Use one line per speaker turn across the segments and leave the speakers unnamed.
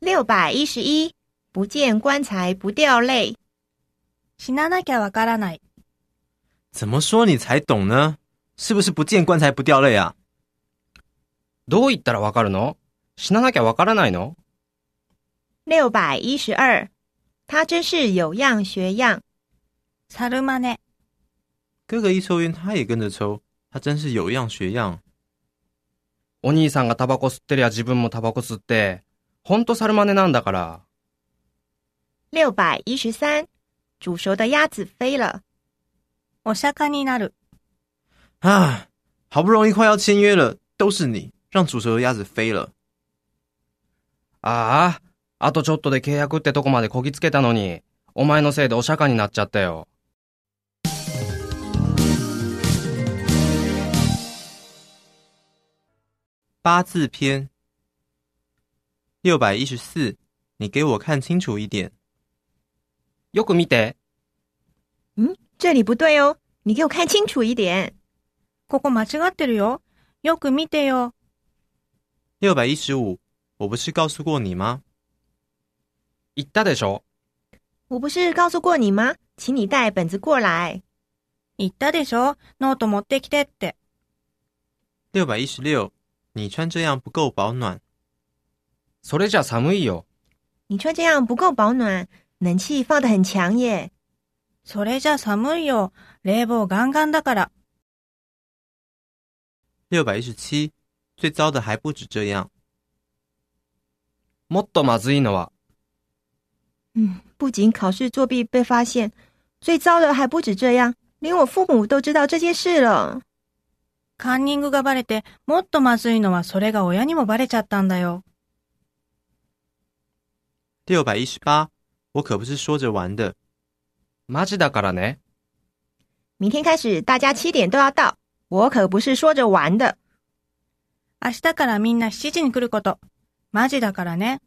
六百一十一，不见棺材不掉泪。
死ななきゃわからない。
怎么说你才懂呢？是不是不见棺材不掉泪啊？
どう言ったらわかるの死ななきゃわからないの
六百一十二，他真是有样学样。
猿真似。
哥哥一抽烟，他也跟着抽，他真是有样学样。
お兄さんがタバコ吸ってりゃ自分もタバコ吸って、ほんと猿真似なんだから。
六百一十三，煮熟的鸭子飞了。
お釈迦になる。
啊，好不容易快要签约了，都是你让煮熟的鸭子飞了。
ああ、あとちょっとで契約ってとこまでこぎつけたのに、お前のせいでお釈迦になっちゃったよ。
八字篇六百一十四，你给我看清楚一点。
よく見て。
这里不对哦，你给我看清楚一点。
ここ間違ってるよ。よく見てよ。
六百一十五，我不是告诉过你吗？
言ったでしょ
我不是告诉过你吗？请你带本子过来。
言ったでしょノート持ってきてって。
六百一十六，你穿这样不够保暖。
それじゃ寒いよ。
你穿这样不够保暖，冷气放得很强耶。
それじゃ寒いよ。冷房ガンガンだから。
六百一十七，最糟的还不止这样。
もっとまずいのは、
嗯，不仅考试作弊被发现，最糟的还不止这样，连我父母都知道这件事了。
カンニングがバレて、もっとまずいのはそれが親にもバレちゃったんだよ。
六百一十八，我可不是说着玩的。
マジだからね。
明天开始，大家七点都要到，我可不是说着玩的。
明日からみんな7時に来ること。マジだからね。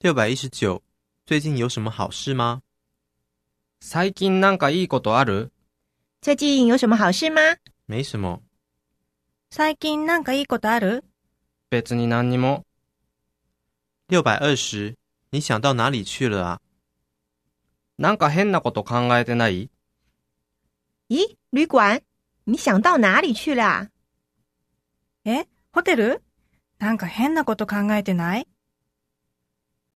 六百一十九，最近有什么好事吗？
最近なんかいいことある
最近有什么好事吗？
没什么。
最近なんかいいことある
別に何にも。
六百二十，你想到哪里去了啊？
なんか変なこと考えてない
咦，旅馆，你想到哪里去了啊？
えホテルなんか変なこと考えてない